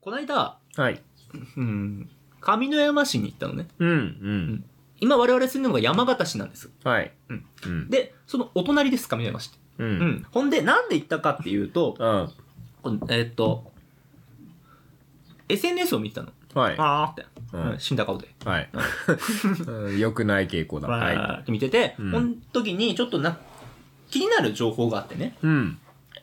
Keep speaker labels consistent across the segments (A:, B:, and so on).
A: こないだ、
B: はい。
A: うん、上山市に行ったのね。
B: うん、うん。
A: 今我々住んでるのが山形市なんです。
B: はい。
A: うん。
B: うん。
A: で、そのお隣です、上山市って。
B: う。
A: うんん。ほんで、なんで行ったかっていうと、
B: うん。
A: このえーっと、SNS を見てたの。
B: はい。
A: あーって。
B: うん
A: うん死んだ顔で。
B: はい。 うん良くない傾向だ。は
A: わーって見てて、
B: うん
A: この時にちょっとな、気になる情報があってね。
B: い。うん。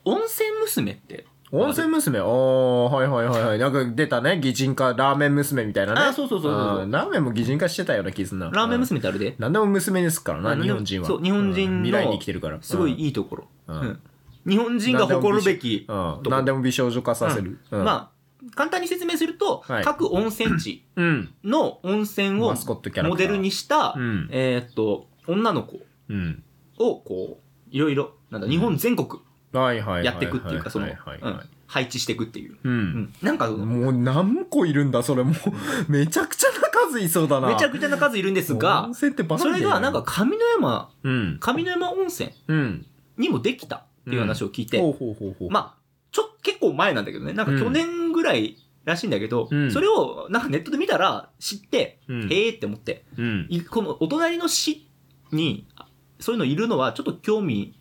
A: 温泉娘って。
B: 温泉娘おー、はいはいはいはい。なんか出たね。擬人化、ラーメン娘みたいなね。
A: あそうそうそうそう
B: うんラーメンも擬人化してたような気すんな。
A: ラーメン
B: うん
A: 娘ってあるで。
B: 何でも娘ですから
A: あ
B: な、
A: の
B: 日本人は。
A: そう日本人の
B: うん未来に生きてるから。
A: すごい
B: い。
A: いいところ。
B: うん
A: うん日本人が誇るべき
B: う
A: と
B: ん。
A: こ
B: 何でも美少女化させる。うん。
A: まあ、簡単に説明すると、
B: はい
A: 各温泉地
B: うん。
A: の温泉を
B: マスコットキャラクター
A: モデルにした、
B: うん
A: えーっと、女の子
B: うん。
A: をこう、いろいろ、なんだ、日本全国
B: はいはいはいはい。
A: やっていくっていうか、その、
B: は
A: う
B: いはいは
A: ん
B: い
A: 配置していくっていう。
B: う。
A: うんんなんか、め
B: もう何個いるんだ、それもう。めちゃくちゃな数いそうだな。
A: ちゃくちゃな数いるんですが
B: 温、泉ってバカ
A: そ
B: みた
A: れ
B: いだ
A: がなんか、、上の山、
B: うん。
A: 上の山温泉
B: うん。
A: にもできたっていう話を聞いて、
B: ほうほうほうほう。
A: まあ、ちょ、結構前なんだけどね、なんか去年ぐらいらしいんだけど、
B: うん
A: それをなんかネットで見たら知って、
B: うん
A: へえって思って、
B: うん。
A: いこのお隣の市に、あそういうのいるのはちょっと興味、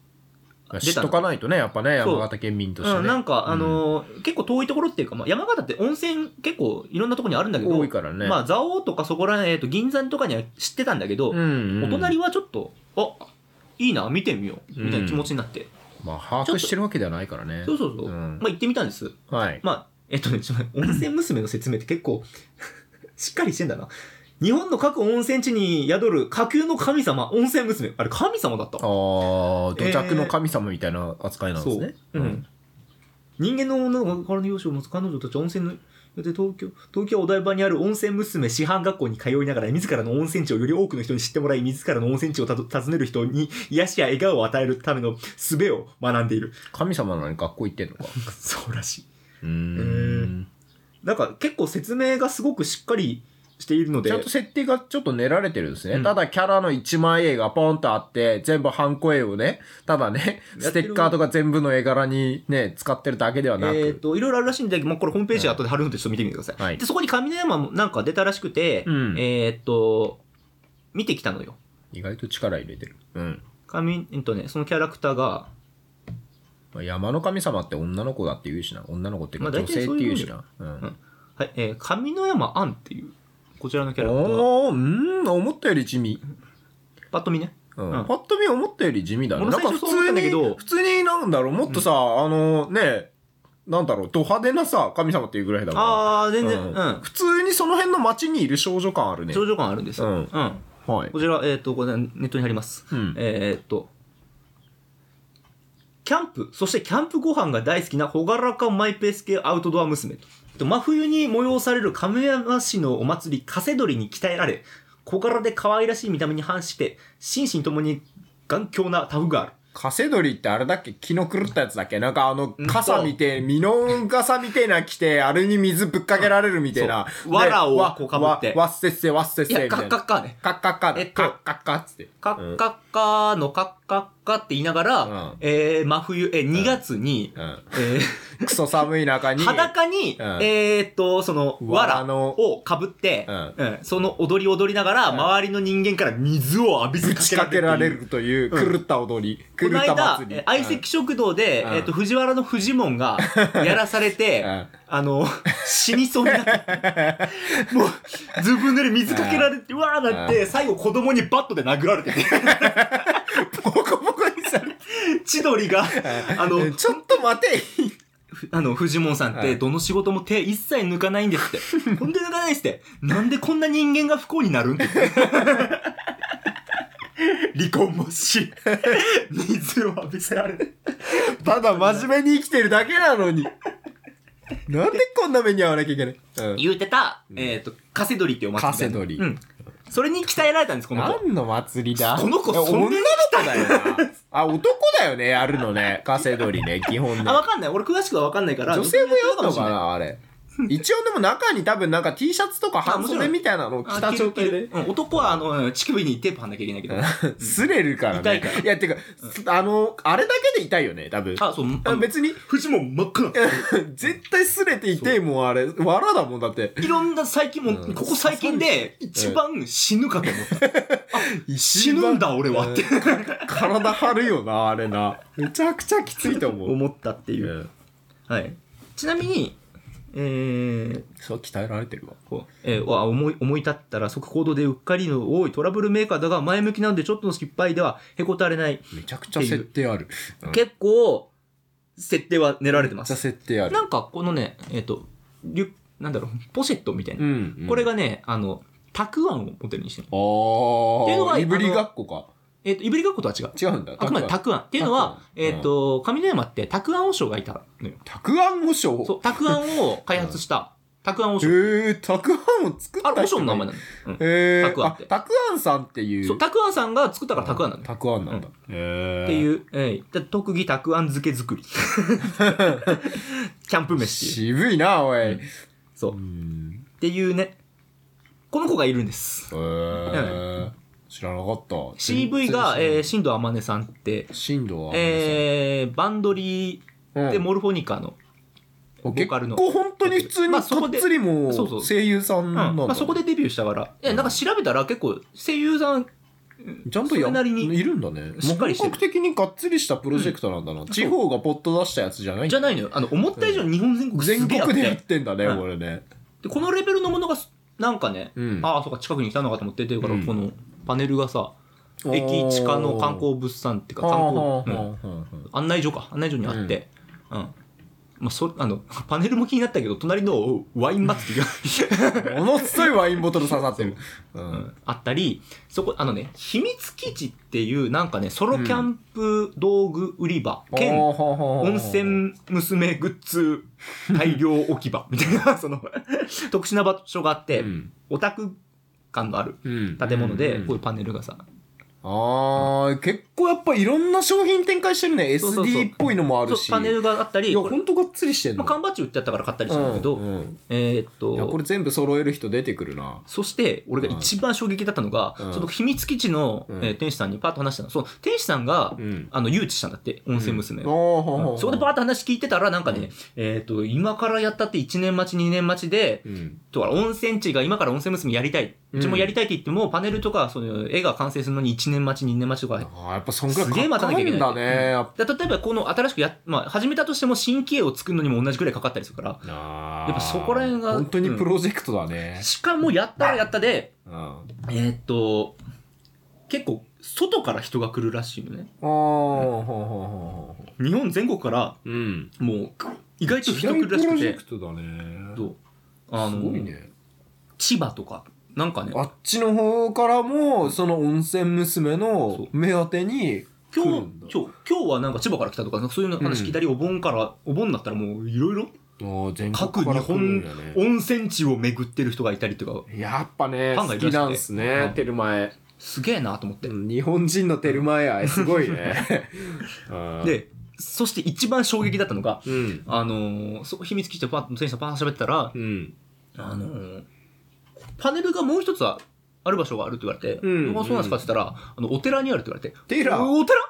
B: まあ
A: 出
B: 知ったとかないとね、やっぱね、
A: そう
B: 山形県民として
A: う
B: ね。
A: ん、なんか、
B: うん
A: あのー結構遠いところっていうか、まあ、山形って温泉結構いろんなところにあるんだけど、
B: 多いからね。
A: まあ、蔵王とかそこら、えー、と銀山とかには知ってたんだけど、
B: うん、うん。
A: お隣はちょっと、あいいな、見てみよう、みたいな気持ちになって。
B: まあ、把握してるわけではないからね。
A: そうそうそう。
B: うん
A: まあ、行ってみたんです。
B: はい。
A: まあ、えっとね、ちょっと温泉娘の説明って結構、 しっかりしてんだな。日本の各温泉地に宿る下級の神様、温泉娘。あれ、神様だった
B: あ。ー、土着の神様みたいな扱いなんですね。
A: そう。うん。人間の女の子からの容姿を持つ彼女たちは温泉の、で東京、東京お台場にある温泉娘師範学校に通いながら、自らの温泉地をより多くの人に知ってもらい、自らの温泉地をたど訪ねる人に癒しや笑顔を与えるための術を学んでいる。
B: 神様なのに学校行ってんのか。
A: そうらしい。
B: うーん。
A: なんか結構説明がすごくしっかりしているので。
B: ちゃんと設定がちょっと練られてるんですね。
A: うん
B: ただキャラの一枚絵がポンとあって、全部ハンコ絵をね、ただね、
A: やっ
B: ス
A: て
B: テ
A: る
B: ッカーとか全部の絵柄にね、使ってるだけではなく。
A: えっといろいろあるらしいんだけど、まあ、これホームページ
B: はい
A: 後で貼るのでちょっと見てみてください、
B: はい
A: でそこに上の山もなんか出たらしくて、
B: うん
A: えっと見てきたのよ
B: 意外と力入れてる。うん。
A: 上、えっとね、そのキャラクターが
B: まあ山の神様って女の子だって言うしな。女の子っていうか
A: まあ大
B: 女性
A: 体
B: って
A: そういう
B: 言
A: もん
B: う
A: だよ
B: しな。うん。
A: はい、えー、上の山アンっていうこちらのキャラクター
B: おー、うん、思ったより地味。
A: パッと見ね
B: うん
A: うん
B: パッと見思ったより地味だね。
A: 俺
B: なん
A: 最
B: か
A: 初
B: 普
A: そう思っ
B: 通
A: たんだけど
B: に、普通になんだろう、もっとさ、あのね、なんだろう、ド派手なさ、神様っていうぐらいだから。
A: ああ全然う、
B: うんん普通にその辺の街にいる少女感あるね。
A: 頂上感あるんですよ、
B: うんはい
A: こ。ちら、えっとこれネットに貼ります、
B: うん
A: えっとキャンプそしてキャンプご飯が大好きな朗らかマイペース系アウトドア娘と真冬に催される亀山市のお祭りカセドリに鍛えられ小柄で可愛らしい見た目に反して心身ともに頑強なタフガール
B: カセドリってあれだっけ気の狂ったやつだっけなんかあの、傘見て、身の傘みてえな着て、あれに水ぶっかけられるみてえな。
A: そう藁をこうかぶって
B: わわわっせっせ、わっせっ
A: い
B: せ、
A: や
B: み
A: カ
B: た
A: ッ
B: い
A: カ
B: な。
A: ッカーね
B: カッカッカ
A: え
B: で
A: っと
B: カッカッカッつって。
A: カッカッカーのカッカッカって言いながら、
B: うん
A: えー真冬、えー、2月に、
B: うん。
A: えー
B: クソ寒い中に。
A: 裸に、
B: うん
A: えーっと、その、
B: 藁
A: 藁
B: の
A: をかぶって、
B: うん
A: うんその踊り踊りながら、
B: ん
A: 周りの人間から水を浴び
B: ぶ
A: せ
B: ちかけられ
A: る
B: るという
A: うん
B: 狂った踊り。
A: っていう。こ
B: 狂
A: の
B: った
A: 間
B: 祭、り。
A: え相席食堂で、
B: うん
A: えーっと、藤原のフジモン がやらされて、
B: うん
A: あの、死にそうにな って、もう、ずぶ濡れ水かけられて、うわーなって、最後子供にバットで殴られて、
B: ボコボコにされて。
A: 千鳥が、あの、
B: ちょっと待て
A: ふあの、フジモンさんっ
B: は
A: て、
B: い
A: どの仕事も手一切抜かないんですって。 ほんで抜かないっすって。なんでこんな人間が不幸になるん って。離婚もし、水を浴びせられる。
B: ただ真面目に生きてるだけなのに。なんでこんな目に遭わなきゃいけない、
A: 言うてた、えっ、と、カセドリってお祭り。
B: カセドリ
A: うん。それに鍛えられたんです、この子。
B: 何の祭りだ
A: この子
B: いや
A: そんな
B: 女の
A: に
B: 子だよな。あ、男だよね、やるのね。カセドリね、基本ね
A: あ、。わかんない。俺詳しくはわかんないから。
B: 女性もやる
A: 女
B: の
A: 性も
B: か
A: やる
B: な、あれ。一応でも中に多分なんか T シャツとか半袖みたいなのを着
A: あ
B: た
A: 着る
B: 状態で。
A: うん男はあの乳首にテープ貼んなきゃいけないけど
B: 擦れるからね。
A: 痛いから
B: や、てか、あの、あれだけで痛いよね、多分。
A: あそうあの
B: 別に、
A: 藤も真っ赤な
B: 絶対擦れて痛いもん、あれ。わらだもん、だって。
A: いろんな最近も、
B: うん
A: ここ最近で一番死ぬかと思った。死ぬんだ俺はって
B: うん。体張るよな、あれな。めちゃくちゃきついと思う。
A: 思ったっていうう。
B: ん
A: はい。ちなみに、えー、
B: そう、鍛えられてるわ。
A: こうえーわ思い思い立ったら即行動でうっかりの多いトラブルメーカーだが前向きなのでちょっとの失敗ではへこたれない。
B: めちゃくちゃ設定ある。うん
A: 結構、設定は練られて
B: めっ
A: ま
B: ちゃ
A: す。
B: 設定ある
A: な。んかこのね、えっ、と、リュなんだろう、ポシェットみたいな。
B: ん
A: これ
B: が、
A: がね、あの、たくあんをモデルにしてる。
B: あ
A: っていうの
B: ー、
A: が
B: いぶりがっこか。
A: えっ、と、いぶりがっことは違う。
B: 違うんだ。
A: あくまでたくあん。っていうのは、
B: たくあん
A: えっ、と、上沼ってたくあん王将がいたのよ。
B: たくあん和尚
A: そう、たくあんを開発した、たくあん王将。
B: へえ、たくあんを作った
A: あれ、王将
B: 人
A: の
B: が
A: 名
B: い
A: 前
B: る
A: なの。うん
B: へえ、
A: たくあんって
B: たくあんさんっていう。
A: そう、たくあんさんが作ったからたくあんなのよ。
B: たくあんなんだ。へえ。
A: っていう、ええで特技たくあん漬け作り。 キャンプ飯っていう。
B: 渋いな、おい。
A: そうう。っ
B: ん。
A: ていうね、この子がいるんです。
B: へえ。知らなかった。
A: CV が、えー、新藤天音さんって、
B: 進度は。
A: えー、バンドリ
B: うん
A: ーでモルフォニカの、
B: ボ
A: ーカルの
B: 結構本当に普通に
A: ま
B: が
A: あそこ
B: っ
A: で
B: つりも
A: そうそう
B: 声優さ
A: うんん
B: なん
A: ま
B: だ。
A: あ、そこでデビューしたから、えなんか調べたら結構声優さん
B: ちゃんと
A: そ
B: や
A: れなりに
B: いるんだね。
A: しっかりして
B: 本
A: る
B: 格的にがっつりしたプロジェクトなんだな。地方がポッと出したやつじゃない
A: じゃないのよ。あの、思った以上に日本全国す
B: 全
A: げえあっ
B: 国
A: て
B: でやってんだね、
A: うん
B: これね。
A: でこのレベルのものがすなんかね、
B: うん
A: ああそうか近くに来たのかと思っててから、
B: うん
A: このパネルがさ駅地下の観光物産っていうか観光、うん案内所か案内所にあって、うんまあ、そあのパネルも気になったけど隣のワイン祭りが、
B: ものすごいワインボトル刺さってる。う
A: うんん あったりそこあのね秘密基地っていうなんかねソロキャンプ道具売り場、兼温
B: 温
A: 泉娘グッズ大量置き場み たいなその特殊な場所があって、オタク感のある建物で、こういうパネルがさ、
B: ああ、結構やっぱいろんな商品展開してるね。
A: そうそうそう
B: SD っぽいのもある
A: そう
B: し。
A: パネルがあった
B: い
A: り、
B: や、
A: こ
B: ほ
A: れ
B: んとがっつりしてん
A: ま
B: の。
A: あ、缶バッジ売ってあったから買ったりしたんだけど、
B: うんうん
A: えーっ
B: いや、ことれ、全部揃える人出てくるな。
A: そして、俺が一番衝撃だったのが、
B: うん
A: その秘密基地の、
B: うん
A: えー店主さんにパッと話したの。その店主さんが、
B: うん。
A: あの、誘致したんだって、温泉娘
B: あー
A: を。
B: ほうほうほ
A: う
B: うん
A: そこでパーッと話聞いてたら、なんかね、えーっ、と、今からやったって1年待ち、2年待ちで、
B: うん。
A: とか温泉地が今から温泉娘やりたい。うちもやりたいって言っても、パネルとか、その、絵が完成するのに1年待ち、2年待ちとか
B: あーやっぱそんくらい
A: すげえ
B: か
A: 待た
B: か
A: なきゃいけ
B: る
A: なんい
B: だね。やっぱ
A: で例えばこの新しくや、まあ、始めたとしても新規絵を作るのにも同じくらいかかったりするから
B: や
A: やっぱそこら辺が
B: 本当にプロジェクトだね。
A: しかもやったらやったで
B: うん。
A: えーっと結構外から人が来るらしいのね
B: ああ、ほうほうほうほう。
A: 日本全国から
B: うん。
A: もう意外と
B: 時
A: 人来
B: 代プ
A: るらし
B: ロ
A: く
B: ジ
A: て
B: ェクトだね。
A: そうあ
B: す
A: の、
B: ごいね。
A: 千葉とかなんかね
B: あっちの方からも、その温泉娘
A: そ
B: の
A: う
B: 目当てに、
A: 今日
B: 来るんだ
A: 今日今日はなんか千葉から来たとかなんかそういうの話聞いたり、お盆からお盆になったらもういろいろ
B: ああ全
A: 各
B: 国
A: 日
B: から来るん
A: 本
B: だね
A: 温泉地を巡ってる人がいたりとか
B: やっぱね、
A: ファンがいるらし
B: 好
A: く
B: き
A: て
B: なんすね
A: う、ん
B: テルマエ。
A: すげえなと思って、
B: うん日本人のテルマエ愛、すごいね。 うん、
A: でそして一番衝撃だったのが、
B: うん。
A: あのー、そ秘密基地でパッと選手さんパーッと喋ってたら
B: う、ん。
A: あのー、パネルがもう一つある場所があるって言われて、
B: うん
A: あそうなんですかって言ったら、あの、お寺にあるって言われて、
B: テラ
A: おお寺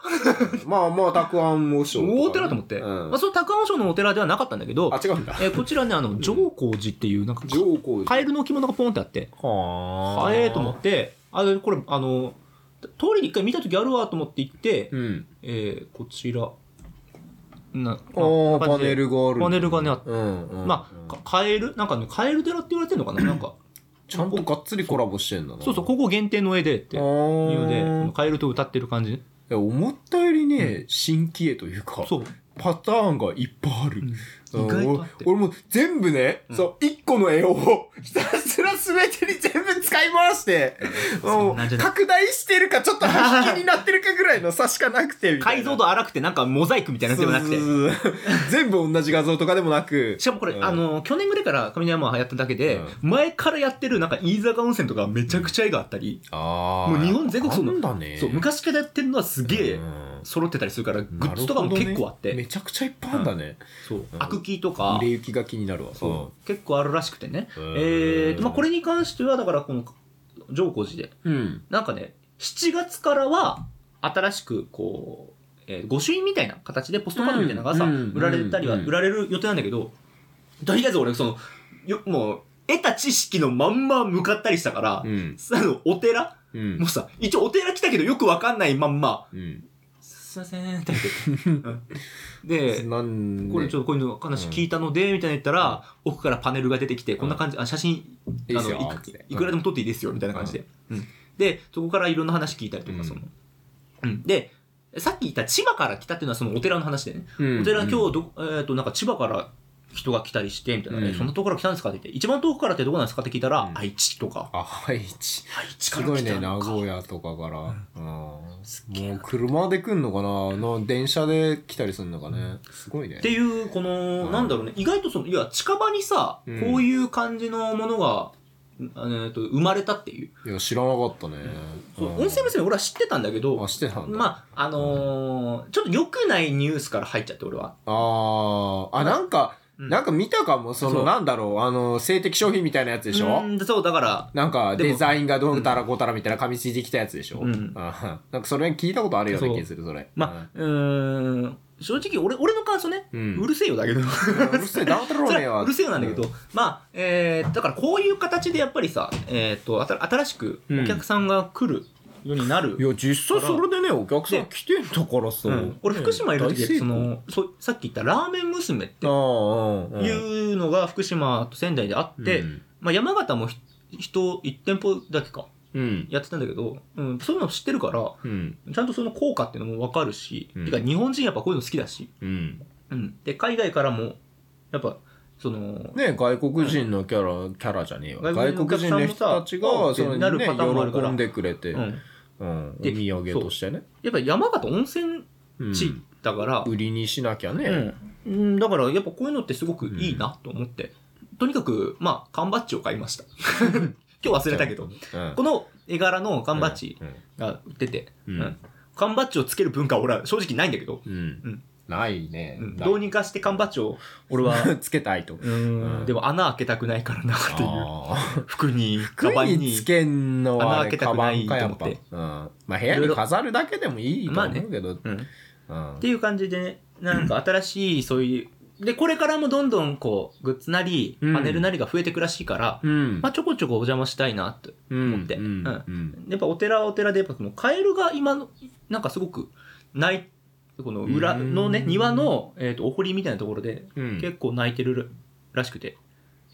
B: まあまあ、たくあんもしょうかね
A: お寺と思って、
B: うん
A: まあ、その高尾省のお寺ではなかったんだけど
B: あ、、違うんだ。
A: えーこちらね、あの、上光寺っていう、なんか、
B: 上皇
A: カエルの置物がポンってあって、
B: は
A: あえーと思って、あれ、これ、あのー、通りに一回見た時あるわと思って行って、
B: うん。
A: えーこちら、な、
B: あー
A: 感
B: パ
A: じで
B: ネルがある。
A: パネルがねあって
B: うんうん。
A: まあ、かカエルなんかね、カエル寺って言われてるのかななんか、
B: ちゃんとがっつりコラボしてんだな。
A: そうそう、ここ限定の絵でって
B: あ
A: いうので、
B: ー
A: このカエルと歌ってる感じ。
B: いや思ったよりね、新規絵というか、
A: そう。
B: パターンがいっぱいある。
A: 意外とあって
B: 俺俺も全部ね、
A: うん
B: そう、一個の絵をひたすら全てに全部使い回して、も
A: んなんじ
B: う
A: ゃない
B: 拡大してるか、ちょっと端切りになってるかぐらいの差しかなくて、みたい
A: 解
B: な
A: 像度荒くて、なんかモザイクみたいなのでもなくて
B: そ。うそうそう全部同じ画像とかでもなく
A: し、かもこれ、
B: うん
A: あの、去年ぐらいから上山はやっただけで、前からやってる、なんか、飯坂温泉とかめちゃくちゃ絵があったり、
B: あ
A: もう日本全国そ
B: そ
A: んな
B: うだね。
A: そう、昔からやってるのはすげえ
B: うん
A: 揃ってたりするから、グッズとかも
B: なるほどね
A: 結構あって、
B: めちゃくちゃいっぱいあんだね。
A: そう
B: うん
A: アクキーとか
B: 売れ行きが気になるわ。
A: そう結構あるらしくてね、
B: へ
A: え
B: ー
A: ーとまあ、これに関してはだからこの上皇寺で
B: うん。
A: なんかね7月からは新しくこう、えー御朱印みたいな形でポストカードみたいなのがさ、
B: うん
A: 売られたりは、
B: うん
A: 売られる予定なんだけどとりあえず俺そのよもう得た知識のまんま向かったりしたから、
B: うん。
A: あのお寺
B: うん
A: もう。さ一応お寺来たけどよくわかんないまんま
B: うん。
A: 「すいません」って言ってうんで
B: なん
A: これちょっとこういうの話聞いたので、みたいな言ったら、奥からパネルが出てきて、こんな感じ、あ写真、あ
B: いいっすよ
A: のいくいくらでも撮っていいですよ、みたいな感じで。うんで、そこからいろんな話聞いたりと
B: う
A: か、
B: ん
A: その、うん。で、さっき言った千葉から来たっていうのはそのお寺の話でね。
B: うん
A: お寺今日ど、えっと、なんか千葉から人が来たりして、みたいな、
B: うん
A: えそんな遠くから来たんですかって言って、一番遠くからってどこなんですかって聞いたら、
B: うん
A: 愛知とか。
B: あ、愛知。
A: 愛知か
B: す
A: ら来た
B: ご
A: のか
B: いね、名古屋とかから。うん。もう車で来んのかなの電車で来たりするのかね。すごいね
A: っ。ていう、この、
B: うん
A: なんだろうね、意外とその、いや、近場にさ、
B: うん
A: こういう感じのものが、えっと、生まれたっていう。
B: いや、知らなかったね。
A: そう
B: うん
A: 温泉娘俺は知ってたんだけど
B: あ、してたんだ。
A: まああのーちょっと良くないニュースから入っちゃって俺は、
B: あーあ、なんか、
A: うん
B: なんか見たかも、そ
A: そ
B: の、
A: う
B: なんだろう、あの、性的商品みたいなやつでしょ
A: うんそうだから
B: なんか、
A: でも
B: デザインがどうたらこうたらみたいな噛みついてきたやつでしょ
A: うん
B: あーなんか、それ聞いたことあるような
A: そう
B: 気がする、それ。
A: まあうーん正直俺俺の感想ね、
B: う
A: うんるせえよだけど
B: うんうるせえ、ダウンタ ロ
A: そ
B: ーね
A: れ
B: えわ。
A: はうるせえよなんだけど、
B: う
A: まあえーだからこういう形でやっぱりさ、えー、とあた新しくお客さんが来るようになる、
B: いや、実際それでね、お客さん
A: で
B: 来てんだからさ。
A: うん俺福島いる時
B: ね
A: そ、のそうさっき言ったラーメン娘って
B: 大成功ああ、ああああ
A: いうのが福島と仙台であって、
B: うん
A: まあ、山形もひ人1店舗だけか
B: うん。
A: やってたんだけど、うん、そういうの知ってるから、
B: うん。
A: ちゃんとその効果っていうのも分かるし、
B: うん
A: てか日本人やっぱこういうの好きだし、
B: うん。
A: うん、で海外からも、やっぱ、その、
B: ね外国人のキャラ、キャラじゃねえわ。
A: 外
B: 外国
A: 国
B: 人
A: 人
B: の
A: の
B: 人た
A: お客
B: ち
A: さんもさ
B: が、そ
A: お
B: の
A: ってなるパターンもあ
B: ね、
A: るから
B: 喜んでくれて、
A: う
B: うん
A: ん、
B: お
A: で
B: 土産としてね。
A: やっぱ山形温泉
B: うん
A: 地だから、
B: 売りにしなきゃね。
A: うんうんだからやっぱこういうのってすごくいいなと思って、とにかく、まあ、缶バッジを買いました。 今日忘れたけど、
B: うん
A: この絵柄の缶バッジ
B: うん
A: が売ってて、
B: う
A: うんん缶バッジをつける文化は俺は正直ないんだけど、
B: うん
A: うん
B: ないね。
A: うん
B: ない
A: どうにかして缶バッジを俺 は
B: つけたいと。
A: うんでも穴開けたくないからなっていう
B: あー
A: 服にカバ
B: 服
A: ン
B: に
A: に
B: つけんのはあ
A: 穴
B: れ
A: 開けたくない
B: カバンか
A: と思って
B: やぱうんまあ部屋に飾るだけでもいいと思うけど。
A: うんっ
B: うん
A: ていう感じでねなんか新しいそういうでこれからもどんどんこうグッズなり
B: うん
A: パネルなりが増えてくらしいから、
B: うん
A: まあ、ちょこちょこお邪魔したいなって
B: うん
A: 思って
B: うん
A: うん
B: うん
A: やっぱお寺はお寺でやっぱそのカエルが今のなんかすごくないこの裏のね
B: うん
A: 庭の、えー、とお堀みたいなところで
B: うん
A: 結構泣いてるらしくて、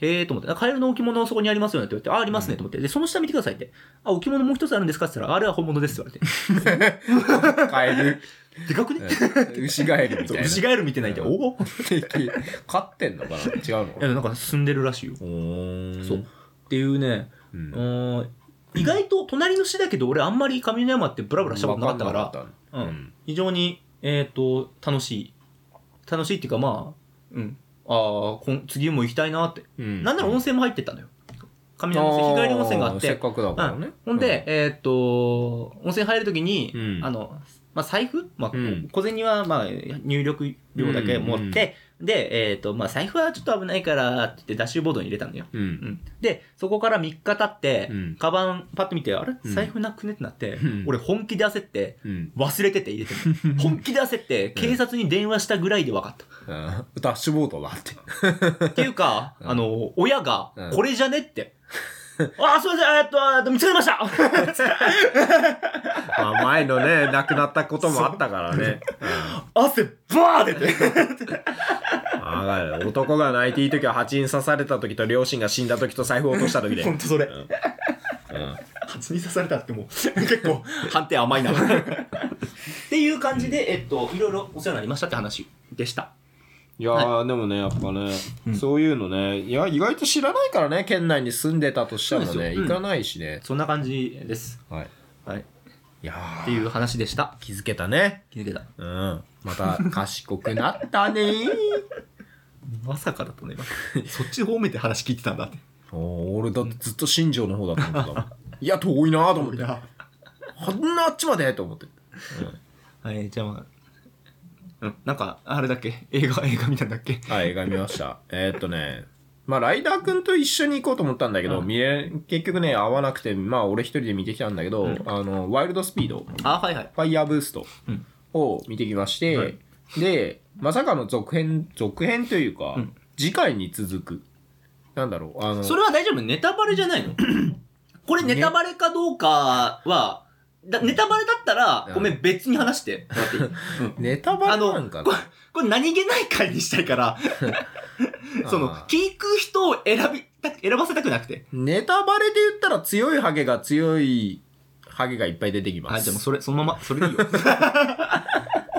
A: へえと思って、カエルの置物そこにありますよねって言われて、あ、ありますねと思って、で、その下見てくださいって、あ、置物もう一つあるんですかって言ったら、あれは本物ですって言わ
B: カエル。
A: れて、でかくね
B: うん牛ガエルみたいな。
A: 牛ガエル見てないって、
B: うん
A: おおい
B: 飼ってんのかな違うの
A: や、なんか住んでるらしいよ。
B: おーん
A: そう。っていうね、
B: う。
A: うんーん意外と隣の市だけど、俺あんまり上山ってブラブラしたことなかったから、
B: う
A: う
B: ん
A: ん非常に、えっ、と、楽しい。楽しいっていうか、まあ、うん。ああ、こん次も行きたいなって。
B: うん
A: なんなら温泉も入ってったのよ。上山温泉、日帰り温泉があって
B: せっ。かくだからね。
A: ほんで、えーっと、温泉入るときに、
B: うん
A: あの、まあ、財布、まあ
B: うん
A: 小銭はまあ入力料だけ持って、で、えーっと、まあ、財布はちょっと危ないからって言って、ダッシュボードに入れたんだよ。
B: うん、う。
A: うんん、で、そこから3日経って、
B: うん
A: カバンパッと見て、あれ
B: うん
A: 財布なくねってなって、
B: うん
A: 俺本気で焦って、
B: うん。
A: 忘れてて入れて る本気で焦って、警察に電話したぐらいで分かった。
B: ダッシュボードだって。
A: っていうか、
B: ん
A: あの、親が
B: うん、
A: これじゃねって。ああ、すいません、えーっとえーっと、見つかりました
B: まあ前のね、亡くなったこともあったからね。
A: 汗バー出て
B: あがる男が泣いていい時は蜂に刺された時と両親が死んだ時と財布を落とした時で。
A: 本当それ
B: うん
A: 初に刺されたってもう結構判定甘いなっていう感じで、えっと、いろいろお世話になりましたって話でした
B: いやー、でもね、やっぱね、そういうのね、いや、意外と知らないからね、県内に住んでたとしても
A: そうで
B: ね、
A: すよう
B: 行
A: ん
B: かないしね。
A: そんな感じです、
B: はい。
A: はい、っ
B: いやー
A: ていう話でした
B: 気づけたね。
A: 気づけた
B: うん。また賢くなったねー。
A: まさかだとね そっち方面で話聞いてたんだって
B: おー俺だってずっと新庄の方だ と思ってたもん。いや、遠いなーと思って。
A: な
B: こんなあっちまでと思って。
C: はい、じゃあまあ、うん、なんか、あれだっけ映画、映画見たんだっけ
B: はい、映画見ました。えーっとね、まあ、ライダーくんと一緒に行こうと思ったんだけど、
C: うん
B: 見れ、結局ね、合わなくて、まあ、俺一人で見てきたんだけど、
C: ん
B: あの、ワイルドスピード、
C: あ、はいはい。
B: ファイヤーブースト
C: うん
B: を見てきまして、
C: はい
B: で、まさかの続編、続編というか、
C: うん
B: 次回に続く。なんだろう、あの、
A: それは大丈夫ネタバレじゃ ないのこれネタバレかどうかは、だネタバレだったら
B: うん、
A: ごめん、別に話して。
B: ネタバ
A: あ
B: レ
A: の
B: なんかな
A: これ、これ何気ない回にした いから、その、
B: あー
A: 聞く人を選びた、選ばせたくなくて。
B: ネタバレで言ったら強いハゲが強いハゲがいっぱい出てきます。
C: あ、じゃあもうそれ、そのまま、それでいいよ。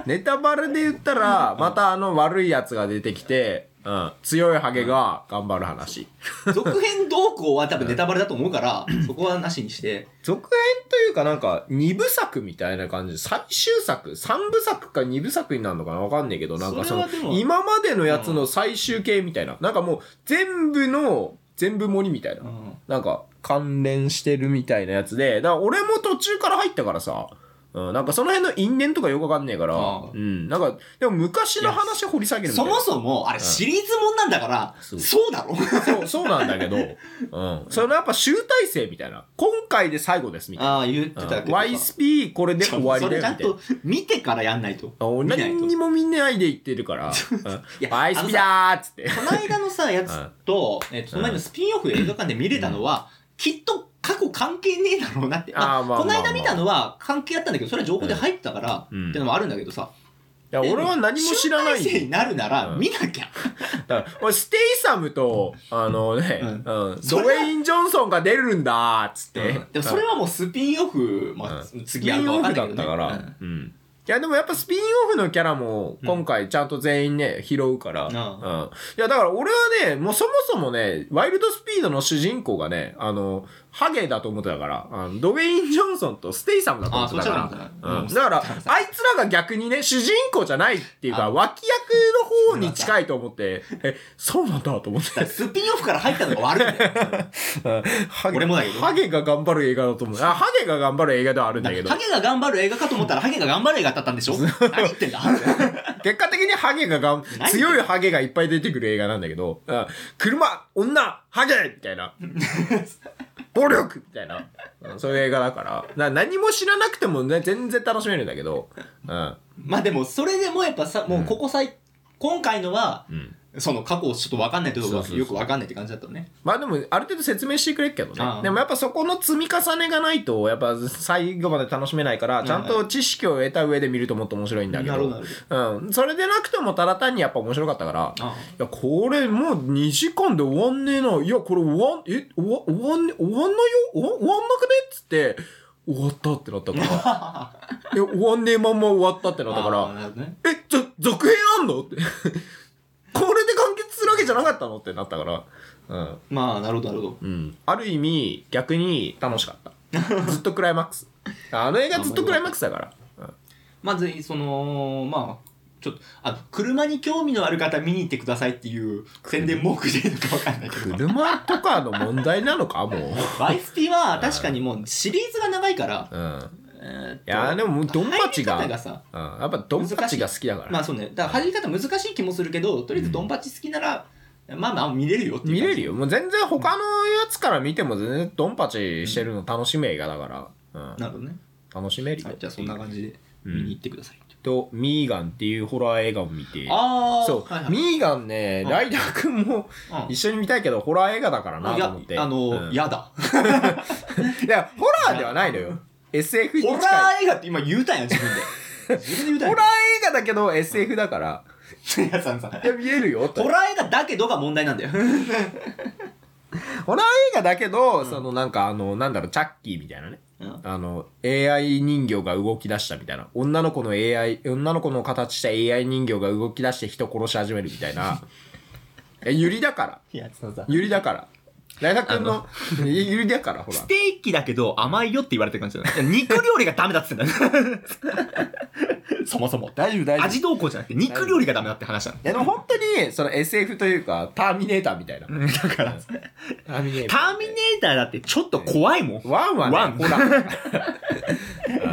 B: ネタバレで言ったら、またあの悪いやつが出てきて、うん、強いハゲが頑張る話。
A: 続編動向は多分ネタバレだと思うから、そこはなしにして。
B: 続編というかなんか二部作みたいな感じで最終作三部作か二部作になるのかなわかんないけどなんかその
A: それはでも
B: 今までのやつの最終形みたいななんかもう全部の全部盛りみたいな
A: うん
B: なんか関連してるみたいなやつで、だから俺も途中から入ったからさ、うん、なんかその辺の因縁とかよくわかんねえから、
A: ああ
B: うん、なんか、でも昔の話掘り下げるみた
A: そ
B: い
A: も
B: な。
A: そも、あれシリーズもんなんだから、
B: そう
A: そう だろ
B: そう、そうなんだけど、うん。そのやっぱ集大成みたいな。今回で最後ですみたいな。
A: ああ、言ってたけどさ。
B: YSP これで
A: ちょ
B: 終わりだ
A: それち
B: よ
A: ゃ
B: み
A: ん
B: たい
A: と。
B: な
A: 見てからやんないと。見
B: 俺
A: ない
B: 何
A: と
B: にも見ないで言ってるから、うん
A: いや
B: YSP だーっつって。
A: この間のさ、やつと、えっと、この間のスピンオフ映画館で見れたのは、きっと過去関係ねえだろうなって。ま
B: あ
A: あ、
B: ーまあ
A: この
B: まあ
A: 間
B: まあ
A: 見たのは関係あったんだけど、それは情報で入ったから、って
B: うん
A: いうのもあるんだけどさ。
B: いや、俺は何も知らない
A: 集大成になるな
B: う
A: ら、
B: ん
A: 見なきゃ。
B: だから俺ステイサムとあのね、
A: う
B: うんん
A: そ
B: ドウ
A: れは
B: ェイン・ジョンソンが出るんだーっつって、
A: でもそれはもうスピンオフ、まあ、
B: スピ
A: 次ある
B: ン
A: か
B: オ
A: 分か
B: フ
A: んないけどね
B: だったから、
A: う
B: うんんいやでもやっぱスピンオフのキャラも今回ちゃんと全員ね、拾うから、うん、い
A: あ
B: やだから俺はねもうそもそもねワイルドスピードの主人公がねあのハゲだと思ってたからあのドウェイン・ジョンソンとステイサムだと思ってた
A: あそっち
B: か
A: なんだ
B: ら、う
A: うん
B: ん、だからあいつらが逆にね主人公じゃないっていうか
A: あ
B: 脇役の方に近いと 思ってえそうなんだと思って
A: だからスピンオフから入ったのが悪いんだよ。
B: ハゲ
A: 俺もだけど
B: ハゲが頑張る映画だと思う。あ、ハゲが頑張る映画ではあるんだけど
A: ハ、ゲが頑張る映画かと思ったら、ハゲが頑張る映画だったんでしょ何言ってんだ
B: 結果的にハゲががん
A: 何
B: 強いハゲがいっぱい出てくる映画なんだけど、うん車、女、ハゲみたいな。暴力みたいな、うんそういう映画だから。な何も知らなくてもね、全然楽しめるんだけど、うん。
A: まあでも、それでもやっぱさ、もうここ最、今回のは、
B: うん
A: その過去をちょっと分かんないとこ
B: そうそう
A: ろ
B: そ
A: が
B: う
A: よく分かんないって感じだったのね。
B: まあでも、ある程度説明してくれっけど
A: ああ
B: ね。でもやっぱそこの積み重ねがないと、やっぱ最後まで楽しめないから、ちゃんと知識を得た上で見るともっと面白いんだけど。
A: なるほどなる
B: うん。それでなくてもただ単にやっぱ面白かったから。
A: あ
B: いや、これもう2時間で終わんねえな。いや、これ終わん、え、終わ終わんね、終わんないよ終わ終わんなくねっつって、終わったってなったから。 いや、終わんねえまんま終わったってなったか
A: あー
B: ら、
A: なるほどね
B: え、ちょ、続編あんのって。 これで完結するわけじゃなかったのってなったから。うん。
A: まあ、なるほど、なるほど。
B: うん、ある意味逆に楽しか ったずっとクライマックスあの映画ずっとクライマックスだから
A: まず、その、まあ、ちょっと、あ、車に興味のある方見に行ってくださいっていう宣伝文句でいいのか分かんないけど。
B: 車とかの問題なのかもう、
A: バイスピは確かにもうシリーズが長いから、
B: うん、
A: えーっと
B: いやーでももうドンパチが
A: 入り方がさ、
B: うん、やっぱドンパチが好きだから、
A: まあそうね、だから入り方難しい気もするけど、とりあえずドンパチ好きなら、まあまあ見れるよっていう
B: 見
A: 感じ
B: れるよもう全然他のやつから見ても全然ドンパチしてるの楽しむ映画だから、うん
A: なるほどね。
B: 楽しめるよ、
A: はい、じゃあそんな感じで見に行ってください。
B: とミーガンっていうホラー映画を見て
A: ああ、
B: そう、
A: はいはい
B: ミーガンね
A: うん
B: ライダーくんも
A: うん
B: 一緒に見たいけどホラー映画だからないと
A: や
B: 思って、
A: あの
B: うん
A: やだ。
B: いや、ホラーではないのよ。SF に
A: ホ
B: 近い。
A: ラ
B: ホラ
A: ー映画って今言うたんや、自分 で。自分で言うた
B: ー
A: ん
B: 映
A: や。
B: 画だけど SF だから。
A: いやさんさん
B: いや、見えるよって。
A: ホ
B: ホ
A: ラー映画だけどが問題なんだよ。
B: ラー映画だけど、そのなんかあの、なんだろう、チャッキーみたいなね。
A: うん
B: あの、AI 人形が動き出したみたいな。女の子の AI、女の子の形した AI 人形が動き出して人殺し始めるみたい な。え、ゆりだから。
A: いやさんさん。
B: ゆりだから。ライダーくんの、ゆりだから、ほら
C: ス。テーキだけど甘いよって言われてる感じだね。いや肉料理がダメだって言ってんだ よそもそも。
B: 大丈夫、大丈夫。い
C: 味同行じゃなくて肉料理がダメだって話なんだ
B: や、でも本当に、その SF というか、ターミネーターみたいな。
C: よ。だから、
B: ターミネーター
C: ターミネーターだってちょっと怖いもん。
B: ワンはね、
C: ワン
B: ホラーだから。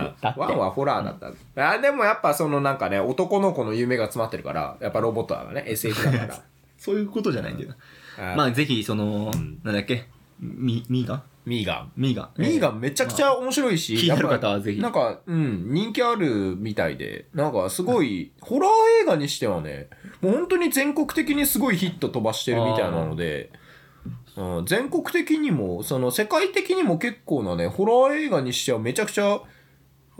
A: ったって
B: ワンはホラーだったんです、あでもやっぱそのなんかね男の子の夢が詰まってるからやっぱロボットだからね SF だ から
A: そういうことじゃないんだよな、
B: あ
A: まあぜひその、なんだっけミミーガン
B: ミーガン
A: ミーガン
B: ミーガンめちゃくちゃ面白いし、
A: 気になる
B: やっぱ
A: 方はぜひ
B: なんか、うん、人気あるみたいで、なんかすごい、ホラー映画にしてはね、もう本当に全国的にすごいヒット飛ばしてるみたいなので、うん、全国的にも、その世界的にも結構なね、ホラー映画にしてはめちゃくちゃ、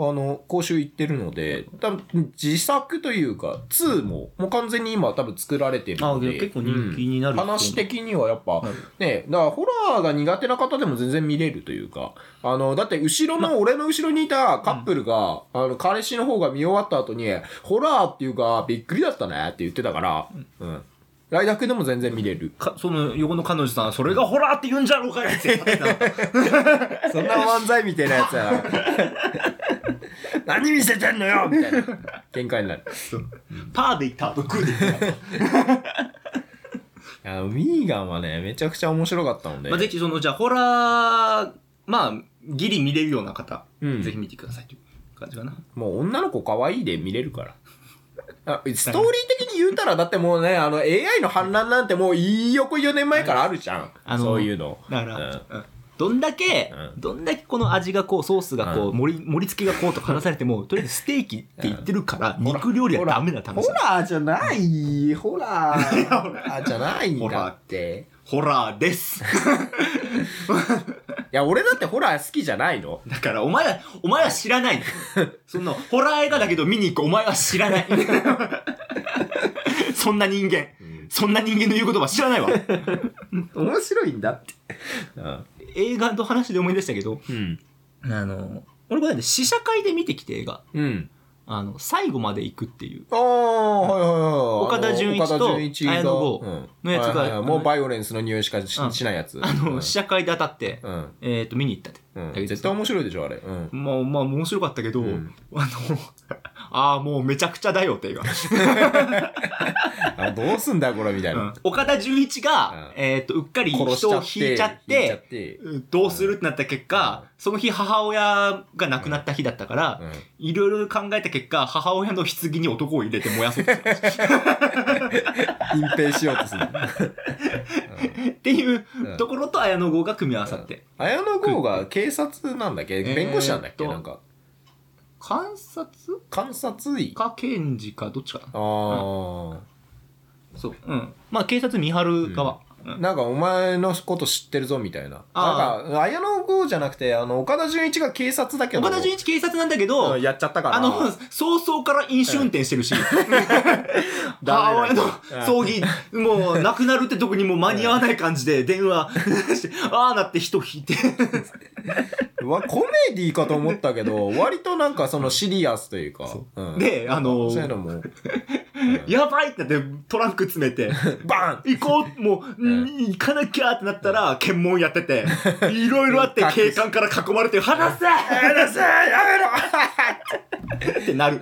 B: あの、講習行ってるので、多分自作というか、2も、もう完全に今多分作られてる
A: あ
B: の
A: で
B: で。
A: も結構人気になる
B: うん話的にはやっぱ、
A: なる
B: ねだからホラーが苦手な方でも全然見れるというか、あの、だって後ろの、俺の後ろにいたカップルが、あの、彼氏の方が見終わった後に、ホラーっていうか、びっくりだったねって言ってたから、うん。来楽でも全然見れる。
A: かその横の彼女さんはそれがホラーって言うんじゃろうかよって言ってた
B: そんな漫才みたいなやつ は何見せてんのよみたいな喧嘩になる。
D: パーでいった後グーでいった後
B: いや、ミーガンはね、めちゃくちゃ面白かったので。
A: まあ、ぜひそのじゃあホラーまあギリ見れるような方、
B: うん
A: ぜひ見てくださいという感じかな
B: もう女の子可愛いで見れるから。あストーリー的に言うたら、だってもうね、あの AI の反乱なんてもういい横4年前からあるじゃん。
A: あの
B: そういうの。
A: だか
B: う
A: ら
B: ん、
A: うんどんだけ、
B: うん
A: どんだけこの味がこうソースがこう、盛り盛り付けがこうとか話されてもとりあえずステーキって言ってるから、肉料理はダメだ
B: ホ
A: 試し
B: ラーじゃない。ホ ラー。ホラーじゃないん
D: ホラ
B: だ
D: ー
B: って。
D: ホラーです
B: いや、俺だってホラー好きじゃないの。
D: だからお前らお前ら知ら ないのそのホラー映画だけど見に行くお前は知 らないそんな人間そんな人間の言う言葉知らないわ
B: 面白いんだって。うん。
A: 映画の話で思い出したけど
B: うん。
A: あの俺この間試写会で見てきて映画
B: うん。
A: あの最後まで行くっていう
B: ああ、はいはいはい。
A: 岡田准一と
B: 岡田准一が
A: 綾野剛のやつが
B: うんはいはいはいもうバイオレンスの匂いしかし
A: うん
B: しないやつ。
A: あの、
B: うん
A: 試写会で当たって、
B: うん。
A: えっ、と見に行ったって、
B: うん
A: だけど
B: 絶対面白いでしょ、あれ。うん。
A: まあまあ面白かったけど、
B: うん
A: あの ああもうめちゃくちゃだよって映画
B: あどうすんだこれみたいな。
A: 岡田准一が、
B: うん
A: えー、とうっかり人を
B: 殺しちゃって
A: 引いちゃっ
B: 引いちゃってて
A: うんどうするってなった結果、
B: うん
A: その日母親が亡くなった日だったから、
B: うん
A: いろいろ考えた結果母親の棺に男を入れて燃やそうと した
B: 隠蔽しようとする。
A: っていううんところと綾野剛が組み合わさって、
B: 綾野剛が警察なんだっけ
A: ー
B: 弁護士なんだっけ
A: と
B: なんか、
A: 観察
B: 監察医
A: か検事かどっちかな
B: あー
A: そううんまあ警察見張る側、うん
B: なんかお前のこと知ってるぞみたいな。
A: あ
B: なんか、綾野剛じゃなくて、あの、岡田准一が警察だけど、
A: 岡田准一警察なんだけど、
B: うんやっちゃったから。
A: あの、早々から飲酒運転してる し、母
B: ダメ
A: 親
B: だ
A: の
B: よ
A: 葬儀、もう亡くなるってとこにもう間に合わない感じで電話して、ああなって人引いて。
B: わコメディかと思ったけど、割となんかそのシリアスというか。うん
A: であの
B: そういうのも、
A: やばいってなってトランク詰め て、
B: バン
A: 行こう、もう、
B: ん
A: ん行かなきゃってなったら、検問やって て、いろいろあって
B: うん
A: 警官から囲まれて、話せ話せ
B: やめろ
A: って なる。